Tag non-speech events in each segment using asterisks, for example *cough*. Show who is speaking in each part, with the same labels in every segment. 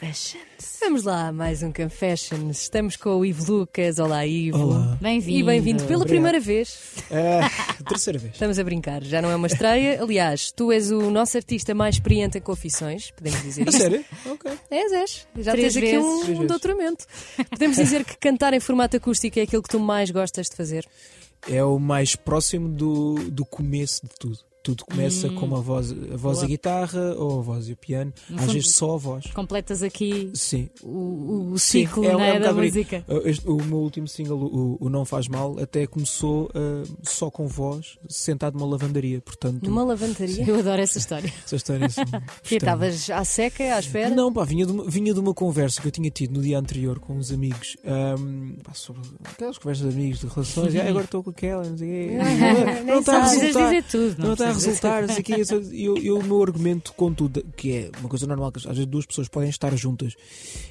Speaker 1: Confessions.
Speaker 2: Vamos lá, mais um Confessions. Estamos com o Ivo Lucas. Olá, Ivo. *laughs*
Speaker 3: Olá.
Speaker 2: E
Speaker 1: Bem-vindo.
Speaker 2: bem-vindo pela primeira vez.
Speaker 3: Ah, terceira vez.
Speaker 2: Estamos a brincar, já não é
Speaker 1: *laughs*
Speaker 2: uma estreia. Aliás, tu és o nosso artista mais experiente em confissões,
Speaker 1: *laughs*
Speaker 2: podemos dizer
Speaker 3: A
Speaker 2: isto.
Speaker 3: sério? Ok.
Speaker 2: És, és. Já
Speaker 1: Três
Speaker 2: tens aqui
Speaker 1: vezes.
Speaker 2: um,
Speaker 3: Três vezes.
Speaker 2: doutoramento. *laughs* Podemos dizer que cantar em formato acústico é aquilo que tu mais gostas de fazer.
Speaker 3: É o mais próximo do, do começo de tudo. Tudo começa com
Speaker 2: Hum.
Speaker 3: uma voz, a voz e a guitarra, ou a voz e o piano, às
Speaker 1: fundo-
Speaker 3: vezes só a voz.
Speaker 1: Completas aqui
Speaker 3: Sim.
Speaker 1: o, o
Speaker 3: Sim,
Speaker 1: ciclo
Speaker 3: é, um-
Speaker 1: né,
Speaker 3: é
Speaker 1: da
Speaker 3: um bocado
Speaker 1: música.
Speaker 3: brinco. Este- o meu último single, o, o Não Faz Mal, até começou ah, só com voz, sentado numa lavandaria. Portanto,
Speaker 2: Numa lavandaria.
Speaker 1: Eu adoro essa história.
Speaker 3: essa história
Speaker 2: *laughs*
Speaker 3: assim,
Speaker 2: Porque estavas à seca, à espera.
Speaker 3: Não, pá, vinha de, uma, vinha de uma conversa que eu tinha tido no dia anterior com uns amigos ahm, pá, sobre aquelas conversas de amigos, de relações, e "Ah, agora estou com aquela, não sei o quê.
Speaker 2: Ah, nem
Speaker 3: Não está a
Speaker 2: sabes.
Speaker 1: Precisas
Speaker 3: resultar.
Speaker 1: dizer tudo.
Speaker 3: Não
Speaker 1: precisas
Speaker 3: está a resultar, não sei o quê. E eu- eu- o meu argumento, contudo, que é uma coisa normal, que às vezes duas pessoas podem estar juntas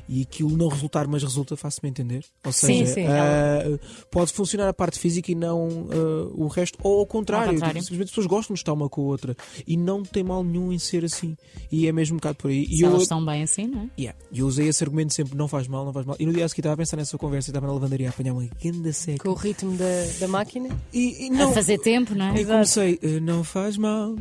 Speaker 3: e aquilo não resultar, mas resulta, faço-me entender. Ou
Speaker 2: Sim,
Speaker 3: seja,
Speaker 2: sim.
Speaker 3: ah, pode funcionar a parte física e não ah, o resto, ou ao contrário, tipo,
Speaker 1: Ao contrário.
Speaker 3: simplesmente as pessoas gostam de estar uma com a outra e não tem mal nenhum em ser assim. E é mesmo um bocado por aí.
Speaker 1: dizer.
Speaker 3: E
Speaker 1: Se
Speaker 3: eu-
Speaker 1: elas estão bem assim, não é?
Speaker 3: Yeah. E eu usei esse argumento sempre, não faz mal, não faz mal. E no dia a seguir estava a pensar nessa conversa e estava na lavandaria a apanhar uma grande seca.
Speaker 2: Com o ritmo da, da máquina.
Speaker 3: E, e
Speaker 1: A
Speaker 3: não.
Speaker 1: fazer tempo, não é?
Speaker 3: E comecei, eh, não faz mal,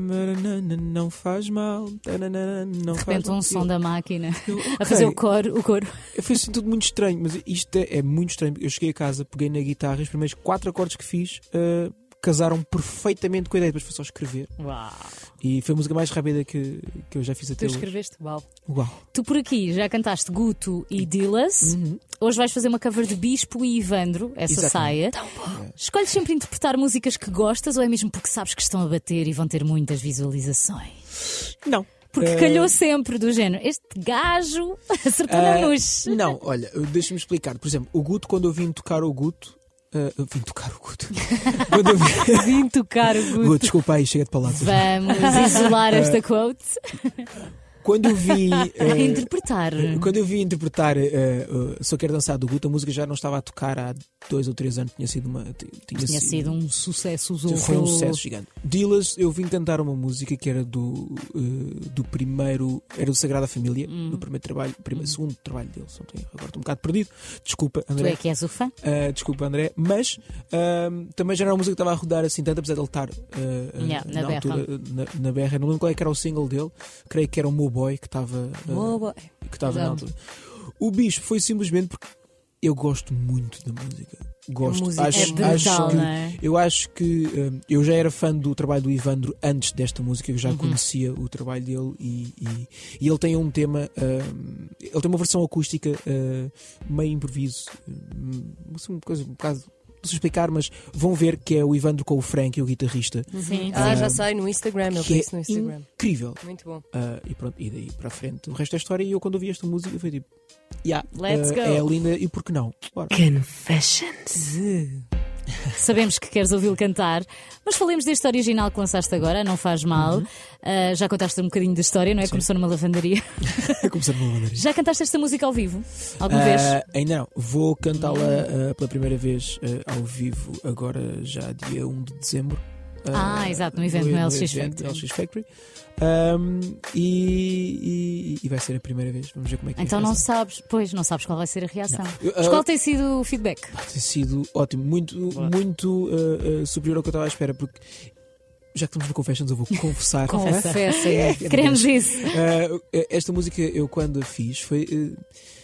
Speaker 3: taramarana, não faz mal, taranana, não
Speaker 1: De
Speaker 3: faz
Speaker 1: repente
Speaker 3: mal.
Speaker 1: um som da máquina
Speaker 3: Eu- eu,
Speaker 1: *laughs* a fazer o
Speaker 3: ok.
Speaker 1: coro. O coro.
Speaker 3: Foi assim tudo muito estranho, mas isto é, é muito estranho. Eu cheguei a casa, peguei na guitarra e os primeiros quatro acordes que fiz eh, casaram perfeitamente com a ideia. Depois foi só escrever.
Speaker 1: Uau.
Speaker 3: E foi a música mais rápida que, que eu já fiz
Speaker 2: Tu
Speaker 3: até hoje.
Speaker 2: escreveste? Uau.
Speaker 3: Uau.
Speaker 1: Tu por aqui já cantaste Guto e Dillas.
Speaker 2: Uhum.
Speaker 1: Hoje vais fazer uma cover de Bispo e Ivandro, essa
Speaker 3: Exatamente.
Speaker 1: saia. É. Escolhes sempre interpretar músicas que gostas ou é mesmo porque sabes que estão a bater e vão ter muitas visualizações?
Speaker 3: Não.
Speaker 1: Porque
Speaker 2: É.
Speaker 3: Eh,
Speaker 1: calhou sempre do género. Este gajo *laughs* acertou
Speaker 2: É.
Speaker 1: na
Speaker 3: Ah,
Speaker 1: luz.
Speaker 3: Não, olha, deixa-me explicar. Por exemplo, o Guto, quando eu vim tocar o Guto. ah, eu vim tocar o
Speaker 1: *laughs*
Speaker 3: Guto. quando eu vim.
Speaker 2: Vim tocar o Guto. É.
Speaker 3: Guto, desculpa aí, chega de palavras.
Speaker 1: Vamos isolar esta quote
Speaker 3: Quando
Speaker 1: *laughs*
Speaker 3: eu vi.
Speaker 1: a
Speaker 3: ah,
Speaker 1: interpretar.
Speaker 3: Quando eu vi interpretar uh, uh, Só Quero Dançar do Guto, a música já não estava a tocar há dois ou três anos, tinha sido uma. ti-
Speaker 1: Tinha sido um sucesso. horroroso.
Speaker 3: Foi um sucesso gigante. Dillas, eu vim cantar uma música que era do, uh, do primeiro. Era do Sagrada Família,
Speaker 1: Hum.
Speaker 3: do primeiro trabalho, primeiro, segundo trabalho dele. se não tenho erro, Agora estou um bocado perdido. Desculpa,
Speaker 1: Tu
Speaker 3: André.
Speaker 1: é que és o fã?
Speaker 3: Uh, desculpa, André, mas um, também já não era uma música que estava a rodar assim tanto, apesar de ele estar uh, uh,
Speaker 1: Yeah, na berra.
Speaker 3: altura, uh, na, na berra. Não lembro qual é que era o single dele, creio que era o Meu Boy que estava uh,
Speaker 2: Boa, boa.
Speaker 3: que estava na
Speaker 1: Exato.
Speaker 3: altura. O bicho foi simplesmente porque eu gosto muito da música. Gosto.
Speaker 2: A música
Speaker 3: acho,
Speaker 1: é brutal,
Speaker 3: acho que,
Speaker 1: não é?
Speaker 3: Eu acho que hum, eu já era fã do trabalho do Ivandro antes desta música, eu já
Speaker 1: Uhum.
Speaker 3: conhecia o trabalho dele e, e- e ele tem um tema, hum, ele tem uma versão acústica hum, meio improviso, hum, assim, uma coisa um bocado. Não sei explicar, mas vão ver que é o Ivandro com o Frank e o guitarrista.
Speaker 1: Sim.
Speaker 2: Ah, já sai no Instagram, eu
Speaker 3: Então, que
Speaker 2: vi isso
Speaker 3: é
Speaker 2: no Instagram.
Speaker 3: incrível.
Speaker 2: Muito bom.
Speaker 3: Ah, e pronto, e daí para a frente. O resto é história. E eu, quando ouvi esta música, foi tipo: yeah,
Speaker 1: Let's
Speaker 3: ah,
Speaker 1: go.
Speaker 3: É linda, e por que não? Bora.
Speaker 2: Confessions.
Speaker 1: Sabemos que queres ouvi-lo cantar, mas falemos deste original que lançaste agora, não faz mal.
Speaker 3: Uhum.
Speaker 1: Ah, já contaste um bocadinho da história, não é? Começou numa lavandaria.
Speaker 3: *laughs*
Speaker 1: *laughs*
Speaker 3: Começar numa lavanderia.
Speaker 1: Já cantaste esta música ao vivo? Alguma vez?
Speaker 3: Ah, ainda não, vou cantá-la ah, pela primeira vez ah, ao vivo, agora já dia 1 de dezembro.
Speaker 1: Ah, exato, no evento no LX
Speaker 3: evento,
Speaker 1: Factory.
Speaker 3: LX Factory. Ahm, e, e- e vai ser a primeira vez, vamos ver como é que
Speaker 1: Então
Speaker 3: é
Speaker 1: não sabes, pois, não sabes qual vai ser a reação.
Speaker 3: Eu,
Speaker 1: Mas
Speaker 3: ah,
Speaker 1: qual tem sido o feedback?
Speaker 3: Pá, tem sido ótimo, muito, muito ah, ah, superior ao que eu estava à espera, porque já que estamos no Confessions, eu vou confessar. É,
Speaker 1: Confessa.
Speaker 3: *laughs*
Speaker 2: Confessa.
Speaker 1: Queremos isso.
Speaker 3: Ah, esta música eu quando a fiz foi. eh,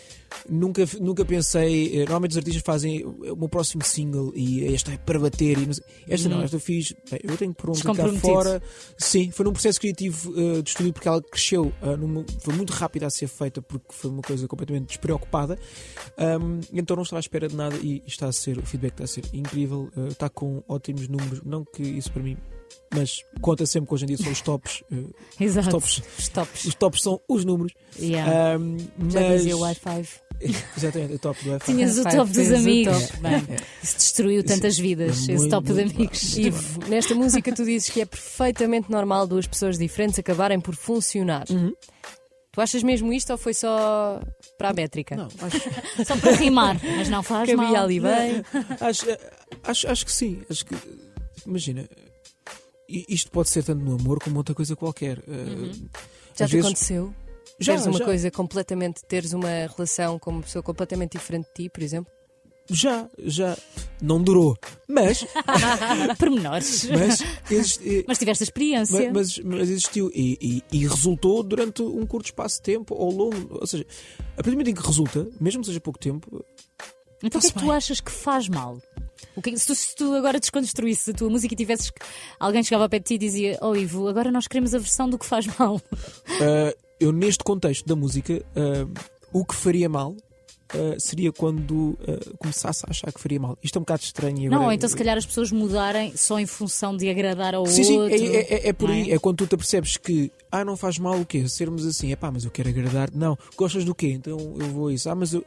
Speaker 3: nunca, nunca pensei. eh, normalmente os artistas fazem o meu próximo single e esta é para bater. E não sei- Esta não, esta eu fiz. bem, eu tenho que pôr um bocado cá
Speaker 1: Descomprometido.
Speaker 3: fora. Sim, foi num processo criativo eh, de estúdio porque ela cresceu. ah, numa- foi muito rápida a ser feita porque foi uma coisa completamente despreocupada. Ahm, então não estava à espera de nada e está a ser. O feedback está a ser incrível. eh, está com ótimos números. Não que isso para mim. Mas conta sempre que hoje em dia são os tops. eh, os
Speaker 1: Exato.
Speaker 3: tops
Speaker 2: Stops.
Speaker 3: os tops são os números.
Speaker 1: Yeah.
Speaker 3: Ahm,
Speaker 2: Já
Speaker 3: mas...
Speaker 2: dizia o i5.
Speaker 3: *laughs* Exatamente, o top do É, Wi-Fi.
Speaker 1: Tinhas o
Speaker 2: Vai,
Speaker 1: top dos
Speaker 2: fez o
Speaker 1: amigos.
Speaker 2: top.
Speaker 1: Bem, isso destruiu tantas vidas,
Speaker 3: é Muito,
Speaker 1: esse top de
Speaker 3: muito
Speaker 1: amigos.
Speaker 3: bem.
Speaker 1: Ivo,
Speaker 2: Ivo, nesta música tu dizes que é perfeitamente normal duas pessoas diferentes acabarem por funcionar.
Speaker 3: Uhum.
Speaker 2: Tu achas mesmo isto ou foi só para a métrica?
Speaker 3: é. Não, acho,
Speaker 1: Só para rimar, mas não faz
Speaker 2: Cabia
Speaker 1: mal.
Speaker 2: ali bem.
Speaker 3: acho, acho, acho que sim. Acho que, imagina, i- isto pode ser tanto no amor como outra coisa qualquer. Ah,
Speaker 2: Já
Speaker 3: às
Speaker 2: te
Speaker 3: vezes-
Speaker 2: aconteceu?
Speaker 3: Já,
Speaker 2: teres Uhum. uma
Speaker 3: já.
Speaker 2: coisa completamente, teres uma relação com uma pessoa completamente diferente de ti, por exemplo?
Speaker 3: Já, já. Não durou. Mas,
Speaker 1: *laughs* Pormenores.
Speaker 3: mas,
Speaker 2: *laughs*
Speaker 3: existe-
Speaker 1: Mas tiveste a experiência.
Speaker 3: mas, mas- mas existiu e, e- e resultou durante um curto espaço de tempo ao longo. Ou seja, a partir do momento em que resulta, mesmo que seja pouco tempo,
Speaker 1: Então o que é
Speaker 3: Está-se
Speaker 1: que tu
Speaker 3: bem.
Speaker 1: achas que faz mal? O que- se, tu, se tu agora desconstruísse a tua música e tivesses. que- Alguém chegava ao pé de ti e dizia: Oh Ivo, agora nós queremos a versão do que faz mal.
Speaker 3: ah, eu neste contexto da música, ah, o que faria mal ah, seria quando ah, começasse a achar que faria mal. Isto é um bocado estranho. e
Speaker 1: Não,
Speaker 3: agora-
Speaker 1: ou então se calhar as pessoas mudarem só em função de agradar ao
Speaker 3: Sim, sim,
Speaker 1: outro.
Speaker 3: é, é- é- é por
Speaker 1: não
Speaker 3: aí. É quando tu te apercebes que, ah, não faz mal o quê? Sermos assim, é pá, mas eu quero agradar. Não, gostas do quê? Então eu vou a isso. Ah, mas eu.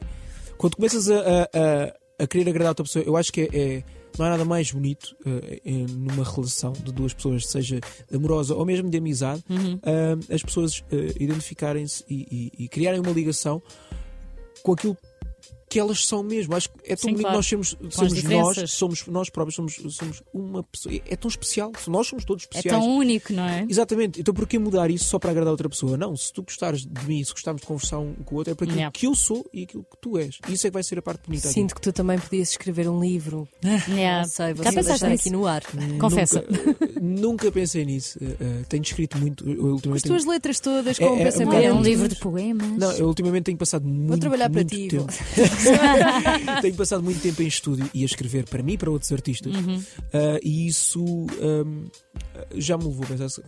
Speaker 3: Quando começas a, a, a- a querer agradar a outra pessoa, eu acho que é. é- não há nada mais bonito eh, eh, numa relação de duas pessoas, seja amorosa ou mesmo de amizade,
Speaker 1: Uhum.
Speaker 3: ah, as pessoas eh, identificarem-se e, e- e criarem uma ligação com aquilo que elas são mesmo. Acho que é tão
Speaker 1: Sim,
Speaker 3: bonito
Speaker 1: claro.
Speaker 3: nós sermos,
Speaker 1: as
Speaker 3: somos
Speaker 1: diferenças.
Speaker 3: nós, somos nós próprios, somos, somos uma pessoa. É, é tão especial. Nós somos todos
Speaker 1: É
Speaker 3: especiais.
Speaker 1: tão único, não é?
Speaker 3: Exatamente. Então porquê mudar isso só para agradar outra pessoa? Não, se tu gostares de mim, se gostarmos de conversar um com o outro, é para aquilo
Speaker 1: Yeah.
Speaker 3: que eu sou e aquilo que tu és. Isso é que vai ser a parte bonita aqui.
Speaker 2: Sinto que tu também podias escrever um livro.
Speaker 1: Yeah.
Speaker 2: Não sei, vou
Speaker 1: Ah, Já
Speaker 2: só
Speaker 1: pensaste
Speaker 2: deixar aqui
Speaker 1: nisso?
Speaker 2: no ar.
Speaker 1: Confessa.
Speaker 3: Nunca, eh, nunca pensei nisso. Eh, eh, tenho escrito muito. Eu,
Speaker 2: Com as
Speaker 3: ultimamente
Speaker 2: tuas letras todas, com
Speaker 3: É-
Speaker 2: o
Speaker 3: é-
Speaker 1: Não
Speaker 2: pensamento.
Speaker 1: era um
Speaker 3: Mas-
Speaker 1: livro de poemas.
Speaker 3: Não, eu ultimamente tenho passado muito,
Speaker 2: trabalhar para
Speaker 3: muito
Speaker 2: ti,
Speaker 3: tempo. *laughs* tenho passado muito tempo em estúdio e a escrever para mim e para outros artistas.
Speaker 2: Uhum.
Speaker 3: Ah, e isso ahm, já me levou a pensar. assim,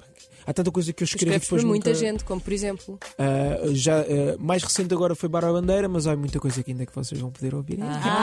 Speaker 3: Há tanta coisa que eu escrevo
Speaker 2: Escreves
Speaker 3: depois
Speaker 2: para muita
Speaker 3: nunca-
Speaker 2: gente, como por exemplo.
Speaker 3: Ah, já, ah, mais recente agora foi Barra Bandeira, mas há muita coisa que ainda que vocês vão poder ouvir.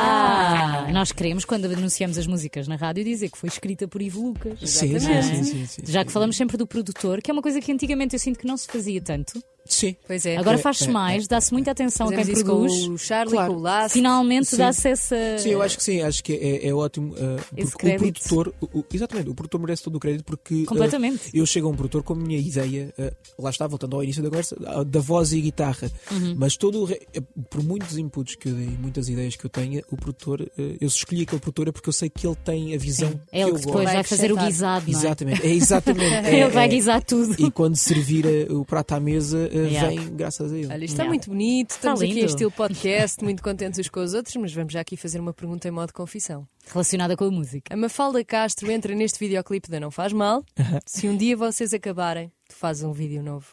Speaker 1: Ah, nós queremos, quando anunciamos as músicas na rádio, dizer que foi escrita por Ivo Lucas.
Speaker 3: sim, sim,
Speaker 1: Exatamente.
Speaker 3: sim, sim, sim.
Speaker 1: Já que falamos sempre do produtor, que é uma coisa que antigamente eu sinto que não se fazia tanto.
Speaker 3: Sim.
Speaker 2: Pois é.
Speaker 1: Agora
Speaker 3: É,
Speaker 1: faz-se
Speaker 3: é,
Speaker 1: mais, dá-se muita atenção
Speaker 2: Fazemos
Speaker 1: a Então, quem
Speaker 2: isso
Speaker 1: produz.
Speaker 2: com o Charlie,
Speaker 3: Claro.
Speaker 2: com o Laço.
Speaker 1: Finalmente
Speaker 3: Sim.
Speaker 1: dá-se essa.
Speaker 3: Sim, eu acho que sim, acho que é, é ótimo. ah,
Speaker 1: Esse
Speaker 3: porque o
Speaker 1: crédito.
Speaker 3: produtor, o- o- exatamente, o produtor merece todo o crédito porque ah,
Speaker 1: Completamente.
Speaker 3: eu chego a um produtor com a minha ideia, ah, lá está, voltando ao início da conversa, ah, da voz e guitarra.
Speaker 1: Uhum.
Speaker 3: Mas todo o re- eh, por muitos inputs que eu dei, muitas ideias que eu tenha, o produtor, ah, eu escolhi aquele produtor é porque eu sei que ele tem a visão
Speaker 1: É ele
Speaker 3: eu
Speaker 1: que depois
Speaker 3: gosto.
Speaker 1: vai
Speaker 2: Vai
Speaker 1: fazer o
Speaker 2: acrescentar.
Speaker 1: guisado, não é?
Speaker 3: Exatamente, é exatamente.
Speaker 1: *laughs* Ele vai
Speaker 3: é-
Speaker 1: guisar tudo.
Speaker 3: E quando servir ah, o prato à mesa, ah,
Speaker 1: Yeah.
Speaker 3: vem graças a ele.
Speaker 2: Olha, isto está
Speaker 1: Yeah.
Speaker 2: muito bonito, estamos aqui
Speaker 1: lindo.
Speaker 2: a estilo podcast, muito contentes uns com os outros, mas vamos já aqui fazer uma pergunta em modo confissão.
Speaker 1: Relacionada com a música.
Speaker 2: A Mafalda Castro entra neste videoclipe da Não Faz Mal. Se um dia vocês acabarem, tu fazes um vídeo novo.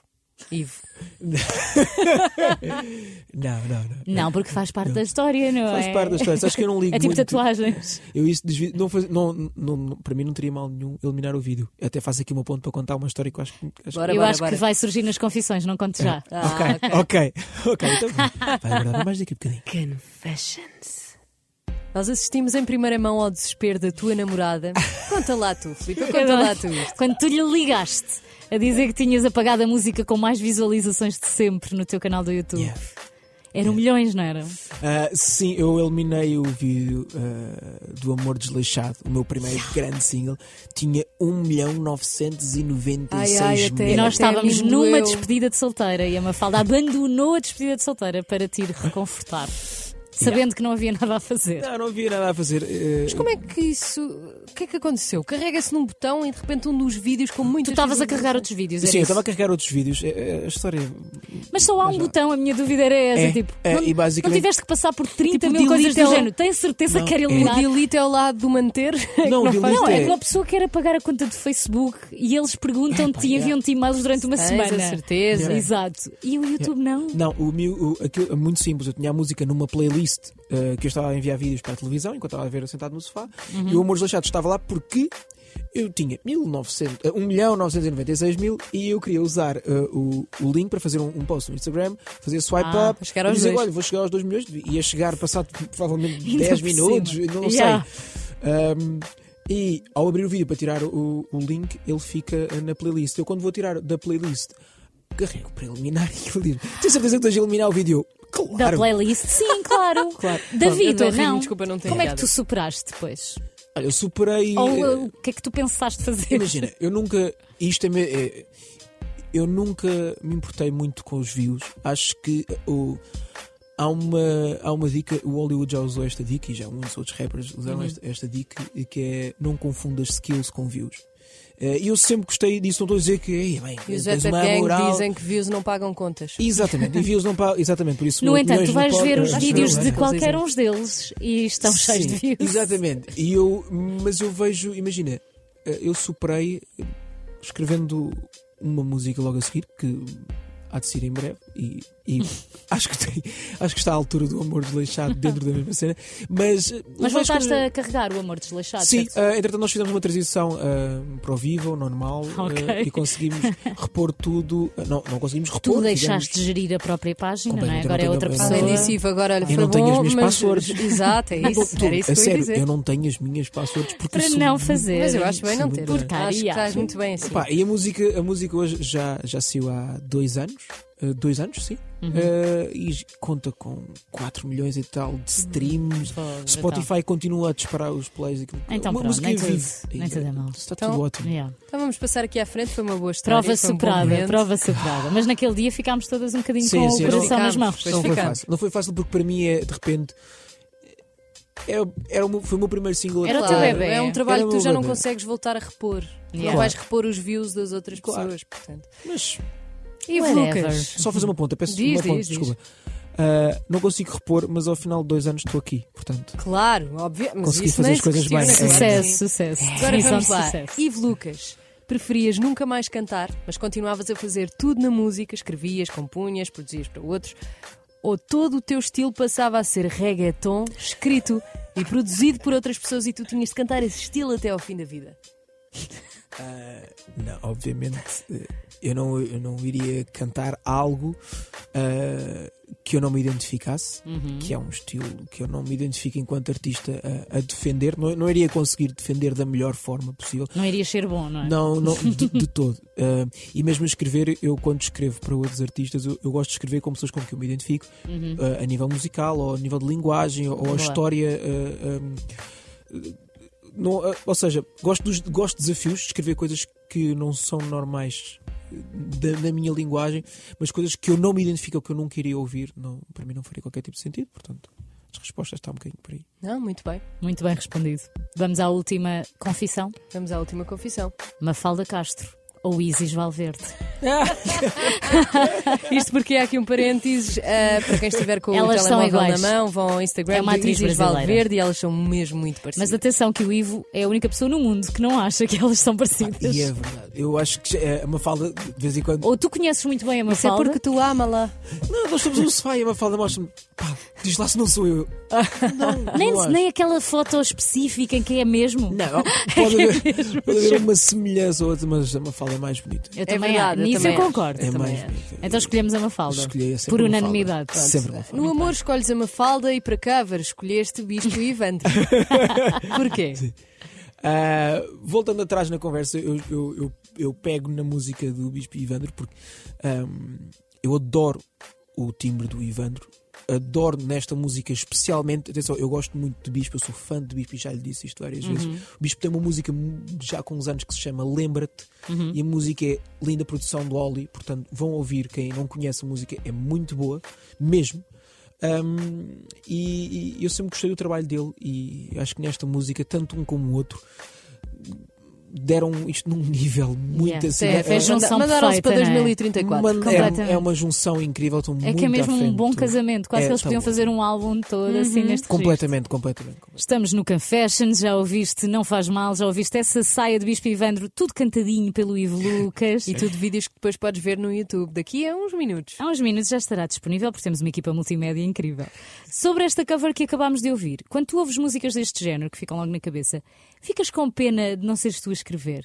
Speaker 2: Ivo.
Speaker 3: Não, não, É. não.
Speaker 1: Não, porque faz parte da história, não é?
Speaker 3: Faz parte das coisas. Acho que eu não ligo
Speaker 1: É tipo
Speaker 3: muito.
Speaker 1: tatuagens.
Speaker 3: Eu isso desvi- não faz- não- não- não- para mim não teria mal nenhum eliminar o vídeo. Eu até faço aqui um ponto para contar uma história que eu acho que. acho que-
Speaker 2: Bora,
Speaker 1: eu
Speaker 2: bora,
Speaker 1: acho
Speaker 2: bora.
Speaker 1: que vai surgir nas confissões, não
Speaker 3: É.
Speaker 1: conto já.
Speaker 2: Ah,
Speaker 3: ok, ok, *laughs* ok. Então vai aguardar mais daqui a bocadinho.
Speaker 2: Confessions. Nós assistimos em primeira mão ao desespero da tua
Speaker 1: *laughs*
Speaker 2: namorada. Conta lá tu, Filipe, conta lá tu.
Speaker 1: É Quando tu lhe ligaste a dizer que tinhas apagado a música com mais visualizações de sempre no teu canal do YouTube.
Speaker 3: Yeah.
Speaker 1: Eram milhões, não eram?
Speaker 3: Ah, sim, eu eliminei o vídeo ah, do Amor Desleixado, o meu primeiro grande single. Tinha 1 milhão 996
Speaker 2: Ai, ai, até-
Speaker 1: E
Speaker 3: mil.
Speaker 1: nós
Speaker 2: até a
Speaker 1: estávamos
Speaker 2: mim me
Speaker 1: numa
Speaker 2: doeu.
Speaker 1: despedida de solteira e a Mafalda abandonou a despedida de solteira para te ir reconfortar, sabendo que não havia *laughs* nada a fazer.
Speaker 3: Não, não havia nada a fazer. eh,
Speaker 2: Mas como é que isso. O que é que aconteceu? Carrega-se num botão e de repente um dos vídeos com
Speaker 1: Tu
Speaker 2: muitas.
Speaker 1: estavas a carregar
Speaker 2: visualizações.
Speaker 1: outros vídeos, era
Speaker 3: Sim, eu
Speaker 1: É isso?
Speaker 3: estava a carregar outros vídeos. Eh, eh, A história
Speaker 1: mas só há um botão, a minha dúvida era essa.
Speaker 3: É,
Speaker 1: tipo,
Speaker 3: é,
Speaker 1: não,
Speaker 3: e basicamente-
Speaker 1: não tiveste que passar por 30
Speaker 2: Tipo,
Speaker 1: mil coisas do
Speaker 2: delete é o-
Speaker 1: género. Tenho certeza que era
Speaker 3: um- é-
Speaker 1: eliminar.
Speaker 2: O delete é o lado do manter. *laughs*
Speaker 3: Não,
Speaker 2: que
Speaker 3: o
Speaker 2: faz-
Speaker 1: Não,
Speaker 3: Isto
Speaker 1: é
Speaker 3: é-
Speaker 1: que uma pessoa quer apagar a conta do Facebook e eles perguntam-te e enviam-te e-mails durante uma
Speaker 2: Tens a
Speaker 1: semana.
Speaker 2: certeza.
Speaker 1: Exato. E o YouTube não.
Speaker 3: Não, o meu, o- aquilo é muito simples. Eu tinha a música numa playlist eh, que eu estava a enviar vídeos para a televisão enquanto estava a ver sentado no sofá.
Speaker 1: Uhum.
Speaker 3: E o Amores Leixados estava lá porque eu tinha 1900, eh, 1.996.000 e eu queria usar eh, o, o link para fazer um, um post no Instagram, fazer swipe
Speaker 1: Ah,
Speaker 3: up,
Speaker 2: para chegar aos
Speaker 3: e dizer,
Speaker 2: dois.
Speaker 3: olha, vou chegar aos 2 milhões, ia chegar passado *laughs* provavelmente
Speaker 1: Ainda
Speaker 3: 10
Speaker 1: por
Speaker 3: minutos,
Speaker 1: cima.
Speaker 3: não
Speaker 1: Yeah.
Speaker 3: sei. Ahm, e ao abrir o vídeo para tirar o, o link, ele fica eh, na playlist. Eu quando vou tirar da playlist, carrego para eliminar *laughs* e ele diz: Tens certeza que estás a eliminar o vídeo? Claro!
Speaker 1: Da playlist, sim, claro. Da
Speaker 2: Eu estou
Speaker 1: vida,
Speaker 2: a rir-me,
Speaker 1: não.
Speaker 2: desculpa, não tenho
Speaker 1: Como é que
Speaker 2: piada.
Speaker 1: tu superaste depois?
Speaker 3: Olha, eu superei.
Speaker 1: Ou
Speaker 3: eh,
Speaker 1: uh, o que é que tu pensaste fazer?
Speaker 3: Imagina, eu nunca. Isto é. me- é- eu nunca me importei muito com os views. Acho que uh, o. Há uma, há uma dica, o Hollywood já usou esta dica
Speaker 1: Uhum.
Speaker 3: e já muitos outros rappers usaram esta, esta dica, e que é não confundas skills com views. Eh, Eh, E eu sempre gostei disso, não estou a dizer que, "Ei, bem,
Speaker 2: E os
Speaker 3: tens
Speaker 2: Zeta
Speaker 3: uma
Speaker 2: Gang
Speaker 3: moral."
Speaker 2: dizem que views não pagam contas.
Speaker 3: Exatamente, e views não pagam. Exatamente, por isso
Speaker 1: No
Speaker 3: milhões
Speaker 1: entanto, tu
Speaker 3: não
Speaker 1: vais
Speaker 3: pagam-
Speaker 1: ver os
Speaker 3: Acho
Speaker 1: vídeos
Speaker 3: eu,
Speaker 1: de
Speaker 3: né?
Speaker 1: qualquer um deles e estão cheios de
Speaker 3: Sim,
Speaker 1: views.
Speaker 3: Exatamente. E eu, mas eu vejo, imagina, eh, eu superei eh, escrevendo uma música logo a seguir, que há de sair em breve, e, e
Speaker 1: *laughs*
Speaker 3: acho, que tem- acho que está à altura do amor desleixado dentro da mesma cena. Mas, eh,
Speaker 1: Mas
Speaker 3: vejo
Speaker 1: voltaste
Speaker 3: que-
Speaker 1: a carregar o amor desleixado.
Speaker 3: Sim,
Speaker 1: certo?
Speaker 3: eh, entretanto, nós fizemos uma transição eh, para o vivo, normal,
Speaker 1: Ok.
Speaker 3: eh, e conseguimos
Speaker 1: *laughs*
Speaker 3: repor tudo. eh, não, não conseguimos repor.
Speaker 1: Tu
Speaker 3: fizemos-
Speaker 1: deixaste de gerir a própria página, não é?
Speaker 3: Completamente,
Speaker 1: Agora
Speaker 3: eu
Speaker 1: é
Speaker 3: não
Speaker 1: outra
Speaker 3: tenho-
Speaker 1: pessoa.
Speaker 3: eu
Speaker 2: Além
Speaker 3: não-
Speaker 2: disso, Ivo, agora olha,
Speaker 3: Eu não
Speaker 2: foi
Speaker 3: tenho
Speaker 2: bom,
Speaker 3: as minhas
Speaker 2: mas...
Speaker 3: passwords.
Speaker 2: *laughs* Exato, é isso. Era isso
Speaker 3: a
Speaker 2: que eu ia
Speaker 3: sério,
Speaker 2: dizer.
Speaker 3: eu não tenho as minhas passwords porque
Speaker 1: Para
Speaker 3: sou
Speaker 1: não
Speaker 3: muito
Speaker 1: fazer.
Speaker 2: Mas eu acho bem não
Speaker 3: Sim,
Speaker 2: ter.
Speaker 1: porcaria.
Speaker 2: Acho que estás muito bem assim.
Speaker 3: Pá, e a música, a música hoje já, já saiu há dois anos, eh, dois anos, sim,
Speaker 1: Uhum.
Speaker 3: Eh, e conta com 4 milhões e tal de streams.
Speaker 1: Fogo,
Speaker 3: Spotify continua a disparar os plays. e aquilo-
Speaker 1: Então
Speaker 3: Uma
Speaker 1: pronto,
Speaker 3: música
Speaker 1: nem
Speaker 3: vive.
Speaker 1: tudo- nem tudo é mau.
Speaker 3: Está
Speaker 2: Então,
Speaker 3: tudo ótimo.
Speaker 1: então. Yeah.
Speaker 2: Então vamos passar aqui à frente, foi uma boa história.
Speaker 1: Prova
Speaker 2: foi um bom
Speaker 1: superada,
Speaker 2: momento.
Speaker 1: prova superada. Mas naquele dia ficámos todas um bocadinho
Speaker 3: Sim,
Speaker 1: com
Speaker 3: sim,
Speaker 1: o
Speaker 3: não-
Speaker 1: coração nas
Speaker 2: ficámos,
Speaker 1: mãos.
Speaker 2: pois
Speaker 3: não foi
Speaker 2: ficamos.
Speaker 3: fácil. Não foi fácil porque para mim é, de repente, é, era o meu- foi o meu primeiro single. a
Speaker 1: Era o teu
Speaker 3: tocar.
Speaker 1: bebé.
Speaker 2: É um
Speaker 3: Era
Speaker 2: trabalho
Speaker 3: o
Speaker 2: que tu
Speaker 3: meu
Speaker 2: já não
Speaker 3: bebé.
Speaker 2: consegues voltar a repor.
Speaker 1: Yeah.
Speaker 2: Não vais repor os views das outras
Speaker 3: Claro.
Speaker 2: pessoas, portanto.
Speaker 3: Mas
Speaker 2: E
Speaker 1: Whatever.
Speaker 2: Lucas?
Speaker 3: só fazer uma ponta, peço
Speaker 2: Diz,
Speaker 3: uma ponta,
Speaker 2: diz, diz.
Speaker 3: desculpa. Ah, não consigo repor, mas ao final de dois anos estou aqui, portanto.
Speaker 2: Claro, obviamente. Mas
Speaker 3: Consegui
Speaker 2: isso
Speaker 3: fazer
Speaker 2: nem
Speaker 3: as
Speaker 2: se é?
Speaker 3: coisas
Speaker 2: questiona,
Speaker 3: bem.
Speaker 2: claro
Speaker 1: Sucesso,
Speaker 2: que sim.
Speaker 1: sucesso.
Speaker 3: É.
Speaker 2: Agora
Speaker 1: Definição
Speaker 2: vamos
Speaker 1: de
Speaker 2: lá.
Speaker 1: sucesso.
Speaker 2: Ivo Lucas, preferias nunca mais cantar, mas continuavas a fazer tudo na música, escrevias, compunhas, produzias para outros, ou todo o teu estilo passava a ser reggaeton, escrito e produzido por outras pessoas e tu tinhas de cantar esse estilo até ao fim da vida?
Speaker 3: Não, obviamente eh, eu não, eu não iria cantar algo ah, que eu não me identificasse, que é um estilo que eu não me identifico enquanto artista eh, a, a defender. Não, não iria conseguir defender da melhor forma possível.
Speaker 1: Não iria ser bom, não é?
Speaker 3: Não, não de, de todo. Ah, e mesmo a escrever, eu quando escrevo para outros artistas, eu, eu gosto de escrever com pessoas com que eu me identifico, ah, a nível musical, ou a nível de linguagem, ou, ou a
Speaker 1: Boa.
Speaker 3: história. ah, ah, não, ah, ou seja, gosto, dos, gosto de desafios, de escrever coisas que não são normais ah, da, na minha linguagem, mas coisas que eu não me identifico ou que eu não queria ouvir, não, para mim não faria qualquer tipo de sentido, portanto, as respostas estão um bocadinho por aí.
Speaker 2: Não, muito bem.
Speaker 1: Muito bem respondido. Vamos à última confissão.
Speaker 2: Vamos à última confissão.
Speaker 1: Mafalda Castro ou Isis Valverde.
Speaker 2: Isto porque há aqui um parênteses ah, para quem estiver com
Speaker 1: Elas
Speaker 2: o
Speaker 1: são
Speaker 2: telemóvel na
Speaker 1: iguais.
Speaker 2: mão, vão ao Instagram
Speaker 1: É uma
Speaker 2: do
Speaker 1: atriz
Speaker 2: Ismas
Speaker 1: brasileira.
Speaker 2: Valverde e elas são mesmo muito parecidas.
Speaker 1: Mas atenção que o Ivo é a única pessoa no mundo que não acha que elas são parecidas.
Speaker 3: E é verdade, eu acho que é uma falda de vez em quando.
Speaker 1: Ou tu conheces muito bem a
Speaker 2: Isso é
Speaker 1: Mafalda.
Speaker 2: porque tu ama-la.
Speaker 3: Não, nós estamos no sofá e a Mafalda mostra-me. Pá, diz lá se não
Speaker 1: *laughs*
Speaker 3: sou eu. Ah, não,
Speaker 1: Nem,
Speaker 3: não acho.
Speaker 1: nem aquela foto específica em que é mesmo.
Speaker 3: Não,
Speaker 1: *laughs*
Speaker 3: pode
Speaker 1: É
Speaker 3: haver, pode haver uma semelhança ou outra, mas a Mafalda é mais bonita.
Speaker 1: Eu também acho.
Speaker 2: verdade, eu
Speaker 1: Nisso eu,
Speaker 2: também acho.
Speaker 1: concordo.
Speaker 3: É mais
Speaker 2: acho.
Speaker 3: bonita.
Speaker 1: Então escolhemos a Mafalda.
Speaker 3: Escolhi sempre
Speaker 1: Por
Speaker 3: a Mafalda.
Speaker 1: unanimidade. pronto.
Speaker 3: Sempre a Mafalda.
Speaker 2: No amor escolhes a Mafalda e para cover escolheste Bispo e Evandro. Porquê?
Speaker 3: Ah, voltando atrás na conversa, eu, eu, eu, eu pego na música do Bispo Ivandro porque ahm, eu adoro o timbre do Ivandro. Adoro nesta música especialmente. Atenção, eu gosto muito de Bispo, eu sou fã de Bispo e já lhe disse isto várias vezes. O Bispo tem uma música mu- já com uns anos que se chama Lembra-te
Speaker 1: Uhum.
Speaker 3: e a música é linda produção do Oli. Portanto, vão ouvir. Quem não conhece a música é muito boa, mesmo. Um, e, e eu sempre gostei do trabalho dele e acho que nesta música, tanto um como o outro, deram isto num nível muito
Speaker 1: Yeah.
Speaker 3: assim.
Speaker 1: É,
Speaker 3: é-
Speaker 1: fez
Speaker 3: é-
Speaker 1: um- junção
Speaker 2: Mandaram-se para
Speaker 1: perfeita, não é?
Speaker 2: 2034.
Speaker 3: uma- é-
Speaker 1: completamente.
Speaker 3: é, uma junção incrível, estão
Speaker 1: É
Speaker 3: muito
Speaker 1: que é mesmo
Speaker 3: à frente.
Speaker 1: um bom casamento. Quase
Speaker 3: É,
Speaker 1: que eles
Speaker 3: tá
Speaker 1: podiam
Speaker 3: bom. Uhum.
Speaker 1: fazer um álbum todo assim neste registro.
Speaker 3: Completamente, completamente. completamente.
Speaker 1: Estamos no Confessions, já ouviste Não Faz Mal, já ouviste essa saia de Bispo Ivandro, tudo cantadinho pelo Ivo
Speaker 2: *laughs*
Speaker 1: Lucas.
Speaker 2: E tudo vídeos que depois podes ver no YouTube daqui a uns minutos.
Speaker 1: Há uns minutos já estará disponível porque temos uma equipa multimédia incrível. Sobre esta cover que acabámos de ouvir, quando tu ouves músicas deste género que ficam logo na cabeça, ficas com pena de não seres tu a
Speaker 2: *laughs*
Speaker 1: escrever?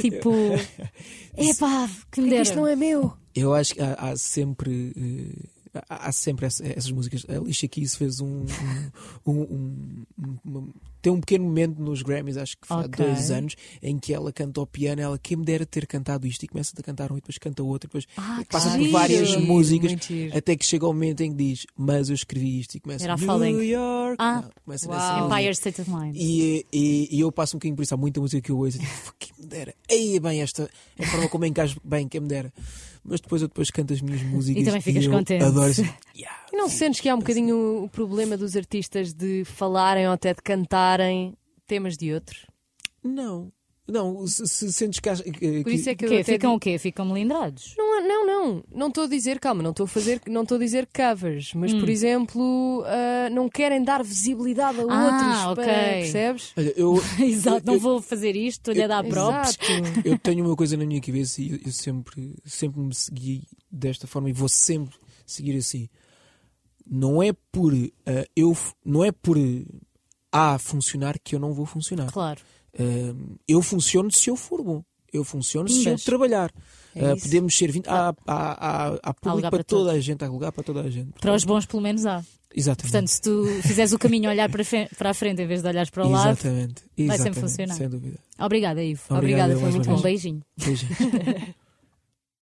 Speaker 1: tipo, epá, que me
Speaker 2: Isto não
Speaker 1: deram.
Speaker 2: é meu.
Speaker 3: Eu acho que há, há sempre. eh, há, há sempre essa- essas músicas. A Alicia Keys fez um. um- um- um- um- uma- tem um pequeno momento nos Grammys, acho que foi
Speaker 1: Ok.
Speaker 3: há dois anos, em que ela canta ao piano. Ela, quem me dera ter cantado isto, e começa a cantar um e depois canta outro, e depois
Speaker 1: Ah, que
Speaker 3: passa por
Speaker 1: giro.
Speaker 3: várias
Speaker 1: Giro,
Speaker 3: músicas,
Speaker 2: muito giro.
Speaker 3: até que chega o momento em que diz, mas eu escrevi isto, e começa
Speaker 1: Era a
Speaker 3: New
Speaker 1: fala em que-
Speaker 3: York.
Speaker 1: Ah.
Speaker 3: Não, começa
Speaker 2: Uau.
Speaker 3: nessa música.
Speaker 1: Empire State of Mind.
Speaker 3: E, e- e eu passo um bocadinho por isso. Há muita música que eu ouço e digo, "Fuck, que me dera. Ei, bem, esta é a forma como encaixo bem, que me dera. Mas depois eu depois canto as
Speaker 2: *laughs*
Speaker 3: minhas músicas.
Speaker 1: também ficas
Speaker 3: eu
Speaker 1: contente.
Speaker 3: Adoro isso. Yeah.
Speaker 2: E não sentes que há um
Speaker 3: Assim.
Speaker 2: bocadinho o problema dos artistas de falarem ou até de cantarem temas de outros?
Speaker 3: Não. Não, se, se sentes que, há- que-
Speaker 2: Por isso é que
Speaker 1: O
Speaker 2: eu
Speaker 1: quê?
Speaker 2: até
Speaker 1: Ficam o quê? Ficam melindrados.
Speaker 2: Não, não, não. Não estou a dizer, calma, não estou a fazer, não estou a dizer covers, mas
Speaker 1: Hum.
Speaker 2: por exemplo, ah, não querem dar visibilidade a
Speaker 1: Ah,
Speaker 2: outros,
Speaker 1: ok.
Speaker 2: para- percebes?
Speaker 3: Olha, eu,
Speaker 1: *laughs* Exato, não vou fazer isto, estou-lhe a dar Ah, props.
Speaker 2: Exato.
Speaker 3: eu tenho uma coisa na minha cabeça e eu, eu sempre, sempre me segui desta forma e vou sempre seguir assim. Não é por ah, eu, f- não é por ah, A funcionar que eu não vou funcionar.
Speaker 1: Claro.
Speaker 3: Ahm, eu funciono se eu for bom. Eu funciono se eu
Speaker 1: Pimbas.
Speaker 3: trabalhar.
Speaker 2: É
Speaker 3: Ah,
Speaker 2: isso.
Speaker 3: podemos ser 20. Há, há, há, há público
Speaker 1: lugar
Speaker 3: para
Speaker 1: para
Speaker 3: toda a gente, há lugar para toda a gente.
Speaker 1: Para os bons, pelo menos há.
Speaker 3: Exatamente.
Speaker 1: Portanto, se tu fizeres o caminho a olhar para, fe- para a frente em vez de olhares para o lado.
Speaker 3: Exatamente.
Speaker 1: sempre
Speaker 3: Exatamente.
Speaker 1: funcionar.
Speaker 3: Sem dúvida.
Speaker 1: Obrigada, Ivo.
Speaker 3: Obrigado,
Speaker 2: Obrigada,
Speaker 3: eu
Speaker 2: foi
Speaker 3: mais
Speaker 2: muito
Speaker 3: uma
Speaker 1: Um
Speaker 3: vez.
Speaker 1: beijinho.
Speaker 3: Beijinho.